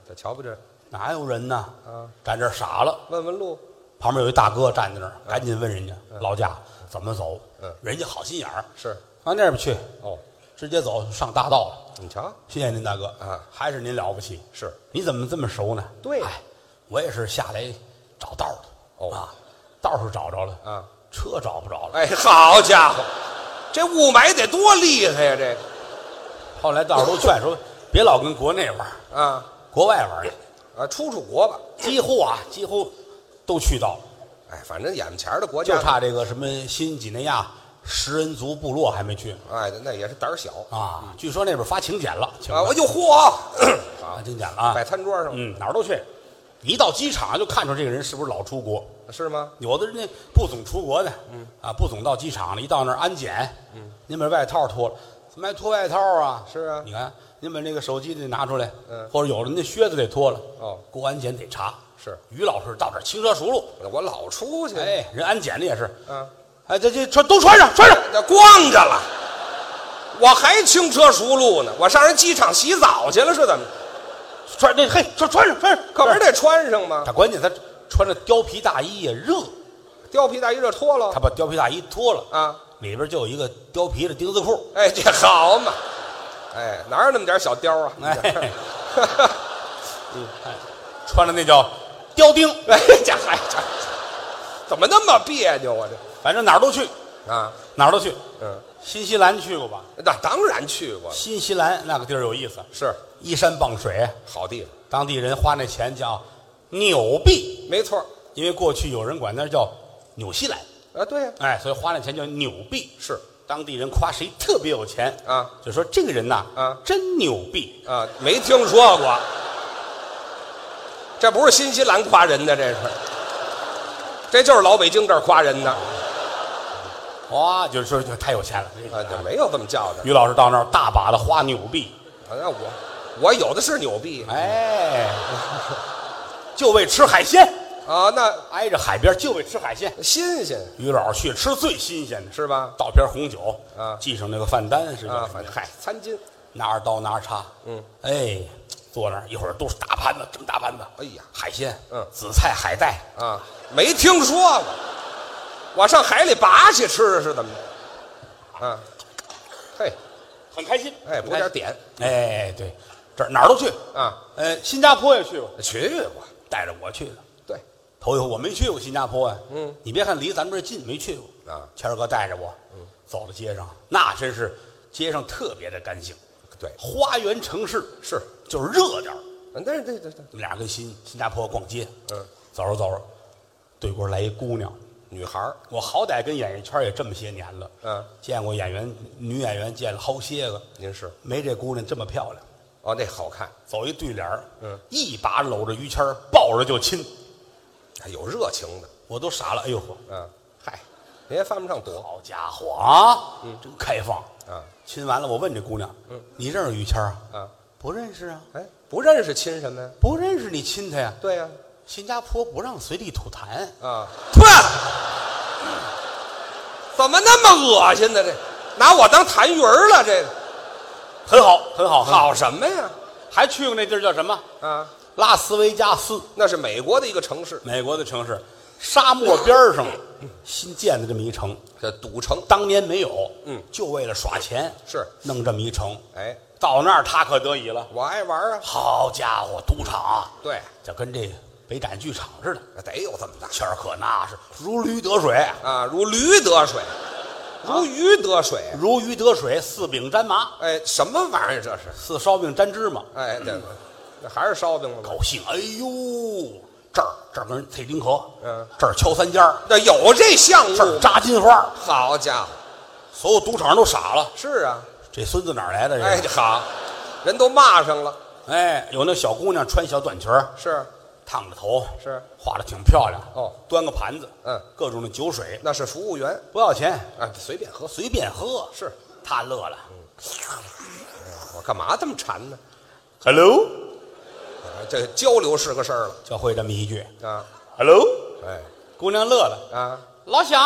[SPEAKER 3] 这瞧不这，
[SPEAKER 2] 哪有人呢？
[SPEAKER 3] 啊，
[SPEAKER 2] 站这儿傻了，
[SPEAKER 3] 问问路，
[SPEAKER 2] 旁边有一大哥站在那儿，赶紧问人家老家怎么走，
[SPEAKER 3] 嗯
[SPEAKER 2] 人家好心眼儿，
[SPEAKER 3] 是
[SPEAKER 2] 往那边去，
[SPEAKER 3] 哦，
[SPEAKER 2] 直接走上大道了。
[SPEAKER 3] 你瞧
[SPEAKER 2] 谢谢您，大哥
[SPEAKER 3] 啊，
[SPEAKER 2] 还是您了不起。
[SPEAKER 3] 是
[SPEAKER 2] 你怎么这么熟呢？
[SPEAKER 3] 对
[SPEAKER 2] 哎，我也是下来找道儿的。
[SPEAKER 3] 哦
[SPEAKER 2] 啊，道儿是找着了，
[SPEAKER 3] 啊，
[SPEAKER 2] 车找不着了。
[SPEAKER 3] 哎，好家伙，这雾霾得多厉害呀、这个
[SPEAKER 2] 后来道儿都劝 说，别老跟国内玩儿，
[SPEAKER 3] 啊
[SPEAKER 2] 国外玩儿去。
[SPEAKER 3] 啊，出出国吧，
[SPEAKER 2] 几乎啊，几乎都去到了，
[SPEAKER 3] 哎，反正眼前的国家
[SPEAKER 2] 就差这个什么新几内亚食人族部落还没去呢
[SPEAKER 3] 哎，那也是胆儿小
[SPEAKER 2] 啊。据说那边发请柬了，请
[SPEAKER 3] 嗯啊！
[SPEAKER 2] 了
[SPEAKER 3] 我就 嚯，
[SPEAKER 2] 发请柬了啊
[SPEAKER 3] 摆。餐桌上、
[SPEAKER 2] 嗯，哪儿都去。一到机场就看出这个人是不是老出国，
[SPEAKER 3] 是吗？
[SPEAKER 2] 有的人家不总出国的，嗯啊，不总到机场了，一到那儿安检，嗯，您把外套脱了，怎么还脱外套啊？
[SPEAKER 3] 是啊
[SPEAKER 2] 你看您把那个手机得拿出来，
[SPEAKER 3] 嗯
[SPEAKER 2] 或者有人家靴子得脱了，
[SPEAKER 3] 哦
[SPEAKER 2] 过安检得查。
[SPEAKER 3] 是嗯
[SPEAKER 2] 于老师到这儿轻车熟路，哎
[SPEAKER 3] 我老出去，
[SPEAKER 2] 哎，人安检的也是，
[SPEAKER 3] 啊，
[SPEAKER 2] 哎，这这穿都穿上，穿上。
[SPEAKER 3] 那 光着了，我还轻车熟路呢，我上人机场洗澡去了是怎么？
[SPEAKER 2] 穿这嘿，穿穿上穿上，
[SPEAKER 3] 可不是得穿上吗？
[SPEAKER 2] 他关键他穿着貂皮大衣也热，
[SPEAKER 3] 貂皮大衣这脱
[SPEAKER 2] 他
[SPEAKER 3] 了
[SPEAKER 2] 把貂皮大衣脱了，
[SPEAKER 3] 啊？
[SPEAKER 2] 里边就有一个貂皮的丁字裤，
[SPEAKER 3] 哎，这好嘛！哎，哪有那么点小貂啊？
[SPEAKER 2] 哎，嗯哎穿的那叫貂丁，
[SPEAKER 3] 哎，这还这怎么那么别扭啊？
[SPEAKER 2] 反正哪儿都去，
[SPEAKER 3] 这啊，
[SPEAKER 2] 哪儿都去。
[SPEAKER 3] 嗯，
[SPEAKER 2] 新西兰去过吧？
[SPEAKER 3] 那当然去过了，
[SPEAKER 2] 新西兰那个地儿有意思，
[SPEAKER 3] 是
[SPEAKER 2] 依山傍水，
[SPEAKER 3] 好地方，
[SPEAKER 2] 当地人花那钱叫纽币，
[SPEAKER 3] 没错儿
[SPEAKER 2] 因为过去有人管那儿叫纽西兰，
[SPEAKER 3] 啊，对呀、
[SPEAKER 2] 哎，所以花那钱叫纽币。
[SPEAKER 3] 是
[SPEAKER 2] 当地人夸谁特别有钱
[SPEAKER 3] 啊，
[SPEAKER 2] 就说这个人呐，
[SPEAKER 3] 啊
[SPEAKER 2] 真牛逼。
[SPEAKER 3] 啊，没听说过，这不是新西兰夸人的，这是，这就是老北京这儿夸人的啊，
[SPEAKER 2] 哇，就是说就太有钱了。这个
[SPEAKER 3] 这呃没有这么叫的。
[SPEAKER 2] 于老师到那儿大把的花纽币，
[SPEAKER 3] 啊那我我有的是纽币
[SPEAKER 2] 哎，就为吃海鲜，
[SPEAKER 3] 啊，那
[SPEAKER 2] 挨着海边就为吃海鲜。
[SPEAKER 3] 新鲜
[SPEAKER 2] 于老师去吃最新鲜的，
[SPEAKER 3] 是吧？
[SPEAKER 2] 倒瓶红酒，
[SPEAKER 3] 啊
[SPEAKER 2] 系上那个饭单是吧
[SPEAKER 3] 啊，？反正嗨，餐巾，
[SPEAKER 2] 拿着刀拿着叉，
[SPEAKER 3] 嗯，
[SPEAKER 2] 哎，坐那儿一会儿都是大盘子，这么大盘子，
[SPEAKER 3] 哎呀
[SPEAKER 2] 海鲜，
[SPEAKER 3] 嗯
[SPEAKER 2] 紫菜、海带，
[SPEAKER 3] 啊，没听说过，我上海里拔去吃是怎么的？啊，嘿，
[SPEAKER 2] 很开心。
[SPEAKER 3] 哎，补点点
[SPEAKER 2] 哎，对，这儿哪儿都去。
[SPEAKER 3] 啊，
[SPEAKER 2] 呃，新加坡也去过，
[SPEAKER 3] 去过，
[SPEAKER 2] 带着我去的。
[SPEAKER 3] 对，
[SPEAKER 2] 头一回我没去过新加坡呀、
[SPEAKER 3] 嗯，
[SPEAKER 2] 你别看离咱们这儿近，没去过
[SPEAKER 3] 啊
[SPEAKER 2] 谦儿哥带着我，嗯，走到街上，那真是街上特别的干净，
[SPEAKER 3] 对，
[SPEAKER 2] 花园城市
[SPEAKER 3] 是，
[SPEAKER 2] 就是热点儿。
[SPEAKER 3] 那是对对对，
[SPEAKER 2] 我们俩跟新新加坡逛街，
[SPEAKER 3] 嗯，
[SPEAKER 2] 走着走着，对过来一姑娘，
[SPEAKER 3] 女孩儿，
[SPEAKER 2] 我好歹跟演艺圈也这么些年了，
[SPEAKER 3] 嗯，
[SPEAKER 2] 见过演员女演员见了好些个，
[SPEAKER 3] 您是
[SPEAKER 2] 没这姑娘这么漂亮。
[SPEAKER 3] 哦，那好看，
[SPEAKER 2] 走一对联儿
[SPEAKER 3] 嗯，
[SPEAKER 2] 一把搂着于谦儿抱着就亲，
[SPEAKER 3] 还有热情的，
[SPEAKER 2] 我都傻了。哎呦呵，
[SPEAKER 3] 嗯，嗨，您也犯不上躲
[SPEAKER 2] 好家伙啊，真开放！
[SPEAKER 3] 啊
[SPEAKER 2] 亲完了，我问这姑娘，你认识于谦儿啊？
[SPEAKER 3] 啊，
[SPEAKER 2] 嗯不认识啊，
[SPEAKER 3] 哎，不认识亲什么呀？
[SPEAKER 2] 不认识你亲他呀？
[SPEAKER 3] 对呀，
[SPEAKER 2] 新加坡不让随地吐痰，
[SPEAKER 3] 啊，呸，怎么那么恶心呢？这拿我当痰盂儿了，这个
[SPEAKER 2] 很好，很好，很好。
[SPEAKER 3] 好什么呀？
[SPEAKER 2] 还去过那地儿叫什么？
[SPEAKER 3] 啊，
[SPEAKER 2] 拉斯维加斯，
[SPEAKER 3] 那是美国的一个城市，
[SPEAKER 2] 美国的城市，沙漠边儿上新建的这么一城，
[SPEAKER 3] 这赌城
[SPEAKER 2] 当年没有，
[SPEAKER 3] 嗯，
[SPEAKER 2] 就为了耍钱
[SPEAKER 3] 是。
[SPEAKER 2] 弄这么一城，
[SPEAKER 3] 哎，
[SPEAKER 2] 到那儿他可得意了，
[SPEAKER 3] 我爱玩啊。
[SPEAKER 2] 好家伙，赌场啊，
[SPEAKER 3] 对，
[SPEAKER 2] 就跟这北展剧场似的，
[SPEAKER 3] 得有这么大
[SPEAKER 2] 谦儿可那是如驴得水，
[SPEAKER 3] 啊，如驴得水，如鱼得水。啊
[SPEAKER 2] 如鱼得水，似饼沾麻，
[SPEAKER 3] 哎，什么玩意儿这是？
[SPEAKER 2] 似烧饼沾芝麻，
[SPEAKER 3] 哎，这这还是烧饼吗？
[SPEAKER 2] 高兴，哎呦，这儿这儿跟人啐丁壳，
[SPEAKER 3] 嗯，
[SPEAKER 2] 这儿敲三尖儿，
[SPEAKER 3] 这有这项
[SPEAKER 2] 这儿
[SPEAKER 3] 目？
[SPEAKER 2] 扎金花，
[SPEAKER 3] 好家伙，
[SPEAKER 2] 所有赌场都傻了，
[SPEAKER 3] 是啊。
[SPEAKER 2] 这孙子哪儿来的？这
[SPEAKER 3] 哎，好，人都骂上了。
[SPEAKER 2] 哎，有那小姑娘穿小短裙儿，
[SPEAKER 3] 是，
[SPEAKER 2] 烫着头，
[SPEAKER 3] 是
[SPEAKER 2] 画的挺漂亮。
[SPEAKER 3] 哦，
[SPEAKER 2] 端个盘子，
[SPEAKER 3] 嗯，
[SPEAKER 2] 各种的酒水，
[SPEAKER 3] 那是服务员
[SPEAKER 2] 不要钱，
[SPEAKER 3] 啊，随便喝。
[SPEAKER 2] 随便喝。
[SPEAKER 3] 是，
[SPEAKER 2] 他乐了。
[SPEAKER 3] 我干嘛这么馋呢？
[SPEAKER 2] Hello，
[SPEAKER 3] 啊这交流是个事儿了
[SPEAKER 2] 就会这么一句。
[SPEAKER 3] 啊。
[SPEAKER 2] Hello，
[SPEAKER 3] 哎
[SPEAKER 2] 姑娘乐了。
[SPEAKER 3] 啊，
[SPEAKER 2] 老乡，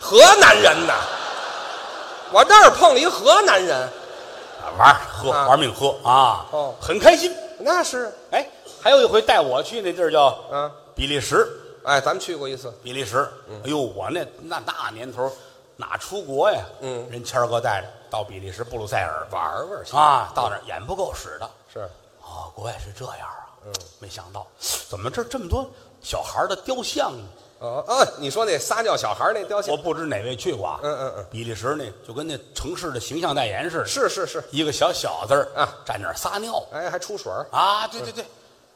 [SPEAKER 3] 河南人呐，我那儿碰了一河南人，
[SPEAKER 2] 啊玩儿喝，
[SPEAKER 3] 啊
[SPEAKER 2] 玩命喝啊，
[SPEAKER 3] 哦
[SPEAKER 2] 很开心。
[SPEAKER 3] 那是
[SPEAKER 2] 哎，还有一回带我去那地儿叫
[SPEAKER 3] 啊。
[SPEAKER 2] 比利时，
[SPEAKER 3] 哎，咱们去过一次，
[SPEAKER 2] 比利时。哎呦，我那那那年头儿哪出国呀？
[SPEAKER 3] 嗯
[SPEAKER 2] 人谦儿哥带着到比利时布鲁塞尔玩
[SPEAKER 3] 玩玩去
[SPEAKER 2] 啊，到那儿眼不够使的。
[SPEAKER 3] 是
[SPEAKER 2] 哦，国外是这样啊！嗯，没想到，怎么这这么多小孩儿的雕像呢？
[SPEAKER 3] 哦啊，你说那撒尿小孩那雕
[SPEAKER 2] 我
[SPEAKER 3] 像，
[SPEAKER 2] 不知哪位去过啊。
[SPEAKER 3] 嗯嗯嗯，
[SPEAKER 2] 比利时那就跟那城市的形象代言似的，
[SPEAKER 3] 是是是，
[SPEAKER 2] 一个小小子儿
[SPEAKER 3] 啊，
[SPEAKER 2] 站那儿撒尿
[SPEAKER 3] 哎，还出水儿，
[SPEAKER 2] 啊！对对对，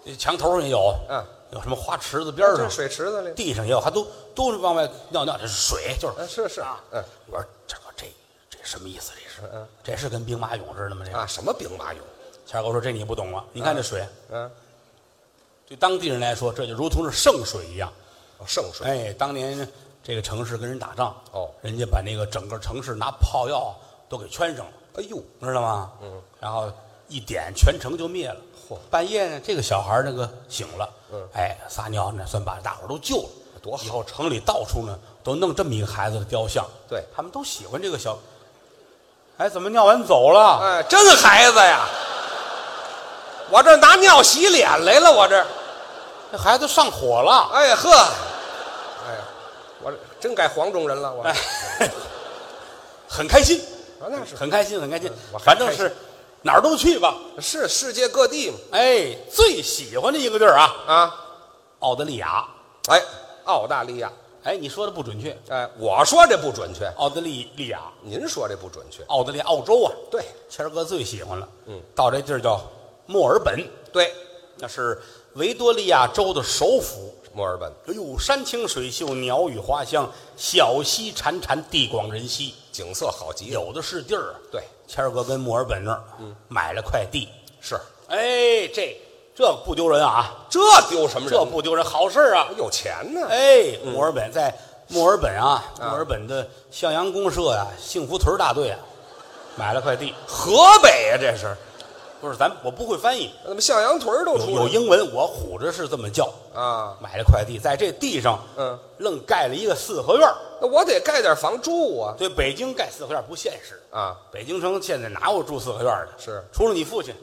[SPEAKER 2] 这墙头上也有，
[SPEAKER 3] 嗯，
[SPEAKER 2] 有什么花池子边儿
[SPEAKER 3] 这
[SPEAKER 2] 上、
[SPEAKER 3] 水池子里，
[SPEAKER 2] 地上也有，还都都是往外尿尿，这是水，就
[SPEAKER 3] 嗯
[SPEAKER 2] 是
[SPEAKER 3] 是是
[SPEAKER 2] 啊。
[SPEAKER 3] 嗯，
[SPEAKER 2] 我说这个这这什么意思？这是，这是跟兵马俑似的吗？这个
[SPEAKER 3] 啊，什么兵马俑，
[SPEAKER 2] 谦儿哥说这你不懂啊，你看这水，
[SPEAKER 3] 嗯，
[SPEAKER 2] 对当地人来说，这就如同是圣水一样。
[SPEAKER 3] 哦圣水，
[SPEAKER 2] 哎，当年这个城市跟人打仗，
[SPEAKER 3] 哦
[SPEAKER 2] 人家把那个整个城市拿炮药都给圈上了，
[SPEAKER 3] 哎呦，
[SPEAKER 2] 知道吗？嗯，然后一点全城就灭了。
[SPEAKER 3] 嚯
[SPEAKER 2] 半夜呢，这个小孩儿那个醒了，
[SPEAKER 3] 嗯
[SPEAKER 2] 哎，撒尿呢，算把大伙儿都救了。
[SPEAKER 3] 多
[SPEAKER 2] 以
[SPEAKER 3] 好，
[SPEAKER 2] 后城里到处呢都弄这么一个孩子的雕像，
[SPEAKER 3] 对
[SPEAKER 2] 他们都喜欢这个小。哎，怎么尿完走了？
[SPEAKER 3] 哎，真孩子呀！我这拿尿洗脸来了，我这，
[SPEAKER 2] 那孩子上火了。
[SPEAKER 3] 哎呀呵，哎呀，我这真改黄种人了，我，
[SPEAKER 2] 哎，很开心，
[SPEAKER 3] 啊那是嗯
[SPEAKER 2] 很开心，很开心。
[SPEAKER 3] 我还
[SPEAKER 2] 反正
[SPEAKER 3] 开心
[SPEAKER 2] 是哪儿都去吧。
[SPEAKER 3] 是世界各地嘛
[SPEAKER 2] 哎，最喜欢的一个地儿啊，
[SPEAKER 3] 啊，
[SPEAKER 2] 澳大利亚。
[SPEAKER 3] 哎，澳大利亚，
[SPEAKER 2] 哎，你说的不准确，
[SPEAKER 3] 哎，我说这不准确，
[SPEAKER 2] 澳大利亚，
[SPEAKER 3] 您说这不准确，
[SPEAKER 2] 澳大利亚，澳洲啊。
[SPEAKER 3] 对
[SPEAKER 2] 谦儿哥最喜欢了。
[SPEAKER 3] 嗯，
[SPEAKER 2] 到这地儿叫墨尔本，
[SPEAKER 3] 对，
[SPEAKER 2] 那是维多利亚州的首府。
[SPEAKER 3] 墨尔本
[SPEAKER 2] 哎呦，山清水秀，鸟语花香，小溪潺潺，地广人稀，
[SPEAKER 3] 景色好极了，
[SPEAKER 2] 有的是地儿啊。
[SPEAKER 3] 对，
[SPEAKER 2] 谦儿哥跟墨尔本那儿，嗯，买了块地。
[SPEAKER 3] 是
[SPEAKER 2] 哎，这这不丢人啊，
[SPEAKER 3] 这丢什么人
[SPEAKER 2] 这
[SPEAKER 3] 呢？
[SPEAKER 2] 不丢人，好事儿啊。
[SPEAKER 3] 有钱呢，
[SPEAKER 2] 哎，墨尔本在墨尔本啊，墨
[SPEAKER 3] 嗯
[SPEAKER 2] 尔本的向阳公社呀、幸福屯儿大队啊，买了块地。
[SPEAKER 3] 河北呀，这是，
[SPEAKER 2] 不是，咱我不会翻译，
[SPEAKER 3] 怎么向阳屯儿都
[SPEAKER 2] 有
[SPEAKER 3] 出
[SPEAKER 2] 有
[SPEAKER 3] 来
[SPEAKER 2] 英文，我唬着是这么叫。
[SPEAKER 3] 了啊？
[SPEAKER 2] 买了块地，在这地上，
[SPEAKER 3] 嗯，
[SPEAKER 2] 愣盖了一个四合院儿。
[SPEAKER 3] 那我得盖点房住啊
[SPEAKER 2] 对，北京盖四合院儿不现实。
[SPEAKER 3] 啊
[SPEAKER 2] 北京城现在哪有住四合院儿的？
[SPEAKER 3] 是
[SPEAKER 2] 除了你父亲，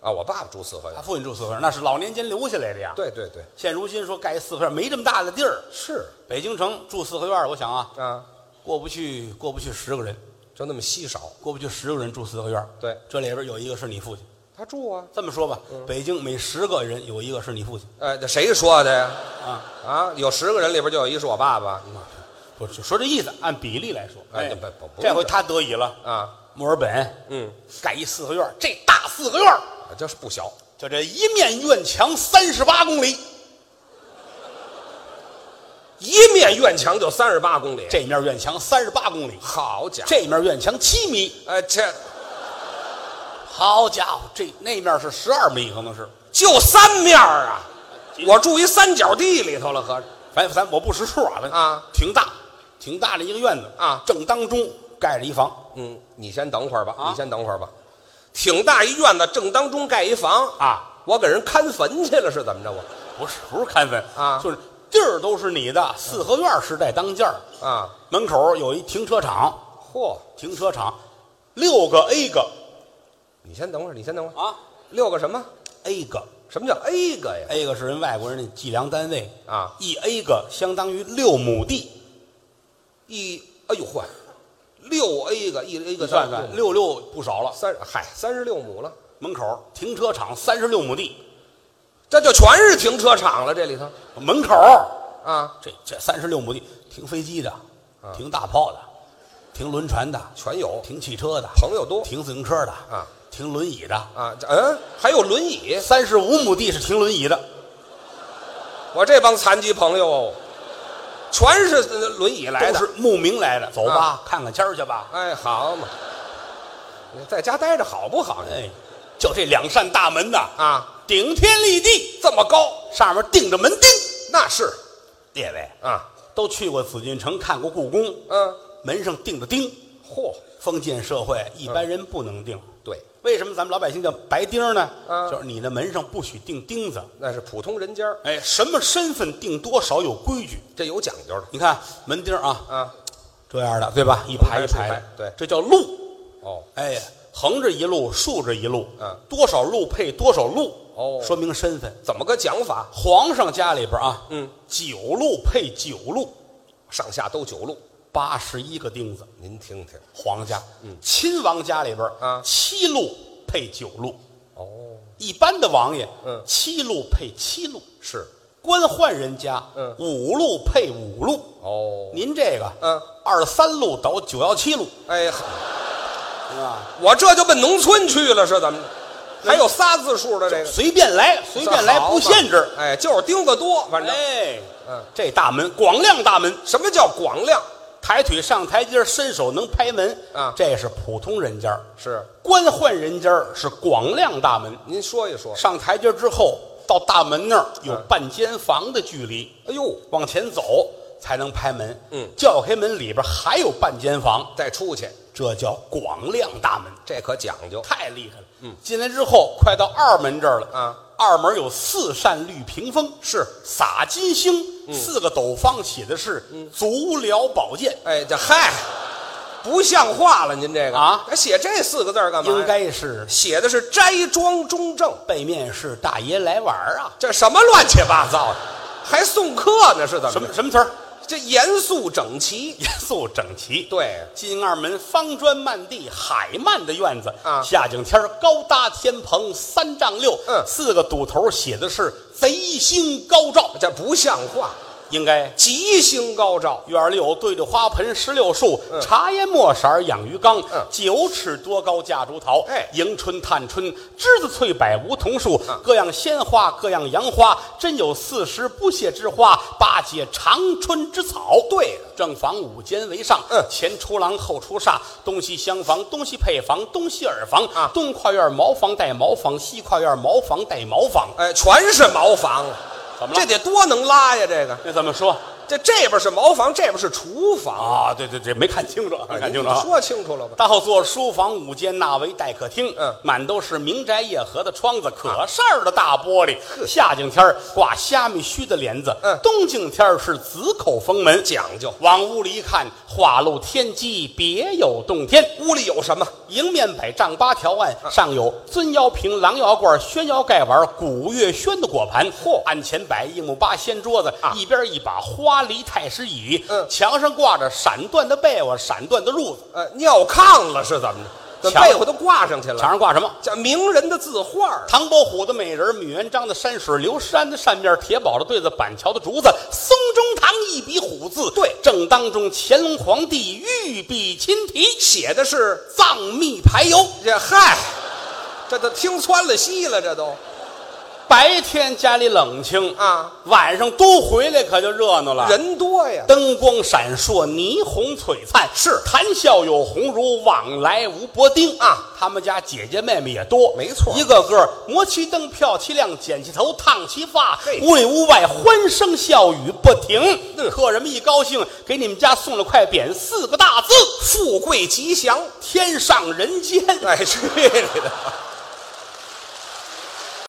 [SPEAKER 3] 啊！我爸爸住四合
[SPEAKER 2] 他
[SPEAKER 3] 院，
[SPEAKER 2] 父亲住四合院儿，那是老年间留下来的呀。，
[SPEAKER 3] 对对对，
[SPEAKER 2] 现如今说盖四合院儿没这么大的地儿，
[SPEAKER 3] 是
[SPEAKER 2] 北京城住四合院儿，我想啊，
[SPEAKER 3] 啊，
[SPEAKER 2] 过不去过不去十个人，
[SPEAKER 3] 就那么稀少。
[SPEAKER 2] 过不去十个人住四合院儿。
[SPEAKER 3] 对
[SPEAKER 2] 这里边有一个是你父亲。
[SPEAKER 3] 他住啊，
[SPEAKER 2] 这么说吧，北京每十个人有一个是你父亲
[SPEAKER 3] 哎，这谁说的呀？
[SPEAKER 2] 啊。
[SPEAKER 3] 啊，有十个人里边就有一是我爸爸
[SPEAKER 2] 我就说这意思，按比例来说，
[SPEAKER 3] 哎不不不
[SPEAKER 2] 这回他得以了。
[SPEAKER 3] 啊，
[SPEAKER 2] 墨尔本
[SPEAKER 3] 嗯，
[SPEAKER 2] 盖一四合院儿，这大四合院儿
[SPEAKER 3] 这是不小，
[SPEAKER 2] 就这一面院墙三十八公里，
[SPEAKER 3] 一面院墙就三十八公里，
[SPEAKER 2] 这面院墙三十八公里，
[SPEAKER 3] 好家伙，
[SPEAKER 2] 这面院墙七米，
[SPEAKER 3] 哎，这
[SPEAKER 2] 好家伙，这那面是十二米，可能是。
[SPEAKER 3] 就三面儿啊，我住一三角地里头了，合着
[SPEAKER 2] 反正咱我不识数啊，反正
[SPEAKER 3] 啊，
[SPEAKER 2] 挺大，挺大的一个院子
[SPEAKER 3] 啊
[SPEAKER 2] 正当中盖着一房
[SPEAKER 3] 嗯，你先等会儿吧，
[SPEAKER 2] 啊
[SPEAKER 3] 你先等会儿吧，挺大一院子，正当中盖一房，
[SPEAKER 2] 啊，
[SPEAKER 3] 我给人看坟去了是怎么着我？
[SPEAKER 2] 不是不是看坟
[SPEAKER 3] 啊
[SPEAKER 2] 就是地儿都是你的，四合院时代当间儿，
[SPEAKER 3] 啊，
[SPEAKER 2] 门口有一停车场，
[SPEAKER 3] 嚯，
[SPEAKER 2] 停车场六个 A 个
[SPEAKER 3] 你先等会儿，你先等会儿，
[SPEAKER 2] 啊
[SPEAKER 3] 六个什么？
[SPEAKER 2] ，A 个
[SPEAKER 3] 什么叫 A 个呀？
[SPEAKER 2] A 个是人外国人的计量单位
[SPEAKER 3] 啊
[SPEAKER 2] 一 A 个相当于六亩地，
[SPEAKER 3] 一，哎呦嚯，六 A 个，一 A 个
[SPEAKER 2] 你算算六六不少了，
[SPEAKER 3] 三嗨三十六亩了，
[SPEAKER 2] 门口停车场三十六亩地，
[SPEAKER 3] 这就全是停车场了，这里头
[SPEAKER 2] 门口
[SPEAKER 3] 啊，
[SPEAKER 2] 这这三十六亩地停飞机的，停大炮的，停轮船的，
[SPEAKER 3] 全有
[SPEAKER 2] 停汽车的，
[SPEAKER 3] 朋友多
[SPEAKER 2] 停自行车的
[SPEAKER 3] 啊，
[SPEAKER 2] 停轮椅的。
[SPEAKER 3] 啊，这嗯，还有轮椅，
[SPEAKER 2] 三十五亩地是停轮椅的，
[SPEAKER 3] 我这帮残疾朋友哦，全是呃轮椅
[SPEAKER 2] 都
[SPEAKER 3] 来的
[SPEAKER 2] 是，慕名来的。走吧，
[SPEAKER 3] 啊
[SPEAKER 2] 看看天儿去吧。
[SPEAKER 3] 哎，好嘛，你在家待着好不好？你
[SPEAKER 2] 哎，就这两扇大门呐，
[SPEAKER 3] 啊，
[SPEAKER 2] 顶天立地，
[SPEAKER 3] 这么高，
[SPEAKER 2] 上面钉着门钉。
[SPEAKER 3] 那是
[SPEAKER 2] 列位
[SPEAKER 3] 啊，
[SPEAKER 2] 都去过紫禁城，看过故宫，
[SPEAKER 3] 嗯，
[SPEAKER 2] 门上钉着钉。
[SPEAKER 3] 嚯，
[SPEAKER 2] 封建社会一般人不能钉，
[SPEAKER 3] 对，
[SPEAKER 2] 为什么咱们老百姓叫白钉呢？
[SPEAKER 3] 嗯
[SPEAKER 2] 就是你的门上不许钉钉子。
[SPEAKER 3] 那是普通人家儿，
[SPEAKER 2] 哎，什么身份定多少有规矩。
[SPEAKER 3] 这有讲究的
[SPEAKER 2] 你看门钉啊，
[SPEAKER 3] 啊，
[SPEAKER 2] 这样的对吧？一排一
[SPEAKER 3] 嗯竖
[SPEAKER 2] 排
[SPEAKER 3] 排
[SPEAKER 2] 的，
[SPEAKER 3] 对
[SPEAKER 2] 这叫路。
[SPEAKER 3] 哦，
[SPEAKER 2] 哎，横着一路，竖着一路，
[SPEAKER 3] 嗯
[SPEAKER 2] 多少路配多少路，
[SPEAKER 3] 哦
[SPEAKER 2] 说明身份。
[SPEAKER 3] 怎么个讲法？
[SPEAKER 2] 皇上家里边啊，
[SPEAKER 3] 嗯，
[SPEAKER 2] 九路配九路，
[SPEAKER 3] 上下都九路，
[SPEAKER 2] 八十一个钉子。
[SPEAKER 3] 您听听，
[SPEAKER 2] 皇家，嗯，亲王家里边
[SPEAKER 3] 啊
[SPEAKER 2] 七路配九路，
[SPEAKER 3] 哦，
[SPEAKER 2] 一般的王爷，
[SPEAKER 3] 嗯
[SPEAKER 2] 七路配七路，
[SPEAKER 3] 是，
[SPEAKER 2] 官宦人家，
[SPEAKER 3] 嗯
[SPEAKER 2] 五路配五路。
[SPEAKER 3] 哦，
[SPEAKER 2] 您这个，
[SPEAKER 3] 嗯，
[SPEAKER 2] 二三路到九幺七路
[SPEAKER 3] 哎，好
[SPEAKER 2] 啊，
[SPEAKER 3] 我这就奔农村去了，是怎么着？还有仨字数的这个，
[SPEAKER 2] 随便来，随便
[SPEAKER 3] 这
[SPEAKER 2] 来，
[SPEAKER 3] 好嘛
[SPEAKER 2] 不限制。
[SPEAKER 3] 哎，就是钉子多，反正
[SPEAKER 2] 哎，
[SPEAKER 3] 嗯，
[SPEAKER 2] 这大门广亮大门，
[SPEAKER 3] 什么叫广亮？
[SPEAKER 2] 抬腿上台阶，伸手能拍门
[SPEAKER 3] 啊
[SPEAKER 2] 这是普通人家儿，
[SPEAKER 3] 是，
[SPEAKER 2] 官宦人家儿是广亮大门。
[SPEAKER 3] 您说一说。
[SPEAKER 2] 上台阶之后，到大门那儿有
[SPEAKER 3] 嗯
[SPEAKER 2] 半间房的距离，
[SPEAKER 3] 哎呦，
[SPEAKER 2] 往前走才能拍门。
[SPEAKER 3] 嗯
[SPEAKER 2] 叫开门里边还有半间房，
[SPEAKER 3] 再出去，
[SPEAKER 2] 这叫广亮大门，
[SPEAKER 3] 这可讲究。
[SPEAKER 2] 太厉害了。嗯，进来之后快到二门这儿了
[SPEAKER 3] 啊，
[SPEAKER 2] 二门有四扇绿屏风，
[SPEAKER 3] 是嗯
[SPEAKER 2] 洒金星，四个斗方写的是足疗保健，
[SPEAKER 3] 哎，这嗨，不像话了，您这个
[SPEAKER 2] 啊
[SPEAKER 3] 还写这四个字儿干嘛呀？
[SPEAKER 2] 应该是
[SPEAKER 3] 写的是斋庄中正，
[SPEAKER 2] 背面是大爷来玩儿啊，
[SPEAKER 3] 这什么乱七八糟的，还送客呢？是怎
[SPEAKER 2] 什么
[SPEAKER 3] 么着？
[SPEAKER 2] 什么词儿？
[SPEAKER 3] 这严肃整齐，
[SPEAKER 2] 严肃整齐。
[SPEAKER 3] 对，
[SPEAKER 2] 进二门方砖漫地，海漫的院子
[SPEAKER 3] 啊
[SPEAKER 2] 夏景天儿高搭天棚三丈六，
[SPEAKER 3] 嗯
[SPEAKER 2] 四个堵头写的是贼星高照，
[SPEAKER 3] 这不像话，
[SPEAKER 2] 应该
[SPEAKER 3] 吉星高照，
[SPEAKER 2] 院儿里有对着花盆石榴树，茶烟墨色儿养鱼缸，
[SPEAKER 3] 嗯
[SPEAKER 2] 九尺多高架竹桃，
[SPEAKER 3] 哎嗯
[SPEAKER 2] 迎春探春，栀子翠柏梧桐树，各样鲜花，各样杨花，真有四时不谢之花，八节长春之草。
[SPEAKER 3] 对了
[SPEAKER 2] 正房五间为上，
[SPEAKER 3] 嗯
[SPEAKER 2] 前出廊后出煞，东西厢房，东西配房，东西耳房，
[SPEAKER 3] 啊
[SPEAKER 2] 东跨院茅房带茅房，西跨院茅房带茅房。
[SPEAKER 3] 哎，全是茅房啊，
[SPEAKER 2] 怎么了
[SPEAKER 3] 这得多能拉呀！这个，
[SPEAKER 2] 那怎么说
[SPEAKER 3] 这这边是茅房，这边是厨房，哎
[SPEAKER 2] 啊？对对对，没看清楚，没看清楚啊。
[SPEAKER 3] 你说清楚了吧？
[SPEAKER 2] 大后座书房五间，纳为待客厅。
[SPEAKER 3] 嗯啊
[SPEAKER 2] 满都是明宅夜合的窗子，可扇儿的大玻璃。夏景天儿挂虾米须的帘子，
[SPEAKER 3] 嗯
[SPEAKER 2] 冬景天儿是紫口封门，
[SPEAKER 3] 讲究
[SPEAKER 2] 往屋里一看，画露天机，别有洞天。
[SPEAKER 3] 屋里有什么？
[SPEAKER 2] 迎面北丈八条案，
[SPEAKER 3] 嗯
[SPEAKER 2] 上有尊窑瓶、狼窑罐、宣窑盖碗、古月轩的果盘。嚯！案前摆一木八仙桌子，一边一把花梨太师椅，
[SPEAKER 3] 啊嗯
[SPEAKER 2] 墙上挂着闪缎的被窝、闪缎的褥子，
[SPEAKER 3] 呃，尿炕了是怎么着？这
[SPEAKER 2] 墙
[SPEAKER 3] 被子都挂上去
[SPEAKER 2] 墙
[SPEAKER 3] 了，
[SPEAKER 2] 上挂什么？
[SPEAKER 3] 这名人的字画儿
[SPEAKER 2] 唐伯虎的美人，米元璋的山水，刘山的扇面，铁宝的对子，板桥的竹子，松中堂一笔虎字，
[SPEAKER 3] 对
[SPEAKER 2] 正当中乾隆皇帝御笔亲题，
[SPEAKER 3] 写的是
[SPEAKER 2] 藏秘排油。
[SPEAKER 3] 这嗨，这都听穿了戏了，这都
[SPEAKER 2] 白天家里冷清
[SPEAKER 3] 啊，
[SPEAKER 2] 晚上都回来可就热闹了。
[SPEAKER 3] 人多呀。
[SPEAKER 2] 灯光闪烁，霓虹璀璨，
[SPEAKER 3] 是
[SPEAKER 2] 谈笑有鸿儒，往来无薄丁
[SPEAKER 3] 啊！
[SPEAKER 2] 他们家姐姐妹妹也多，
[SPEAKER 3] 没错
[SPEAKER 2] 一个个磨其灯，漂其亮，剪其头，烫其发
[SPEAKER 3] 嘿，
[SPEAKER 2] 屋里屋外欢声笑语不停。
[SPEAKER 3] 嗯
[SPEAKER 2] 客人们一高兴，给你们家送了块匾，四个大字：
[SPEAKER 3] 富贵吉祥，
[SPEAKER 2] 天上人间。
[SPEAKER 3] 哎，去你的吧！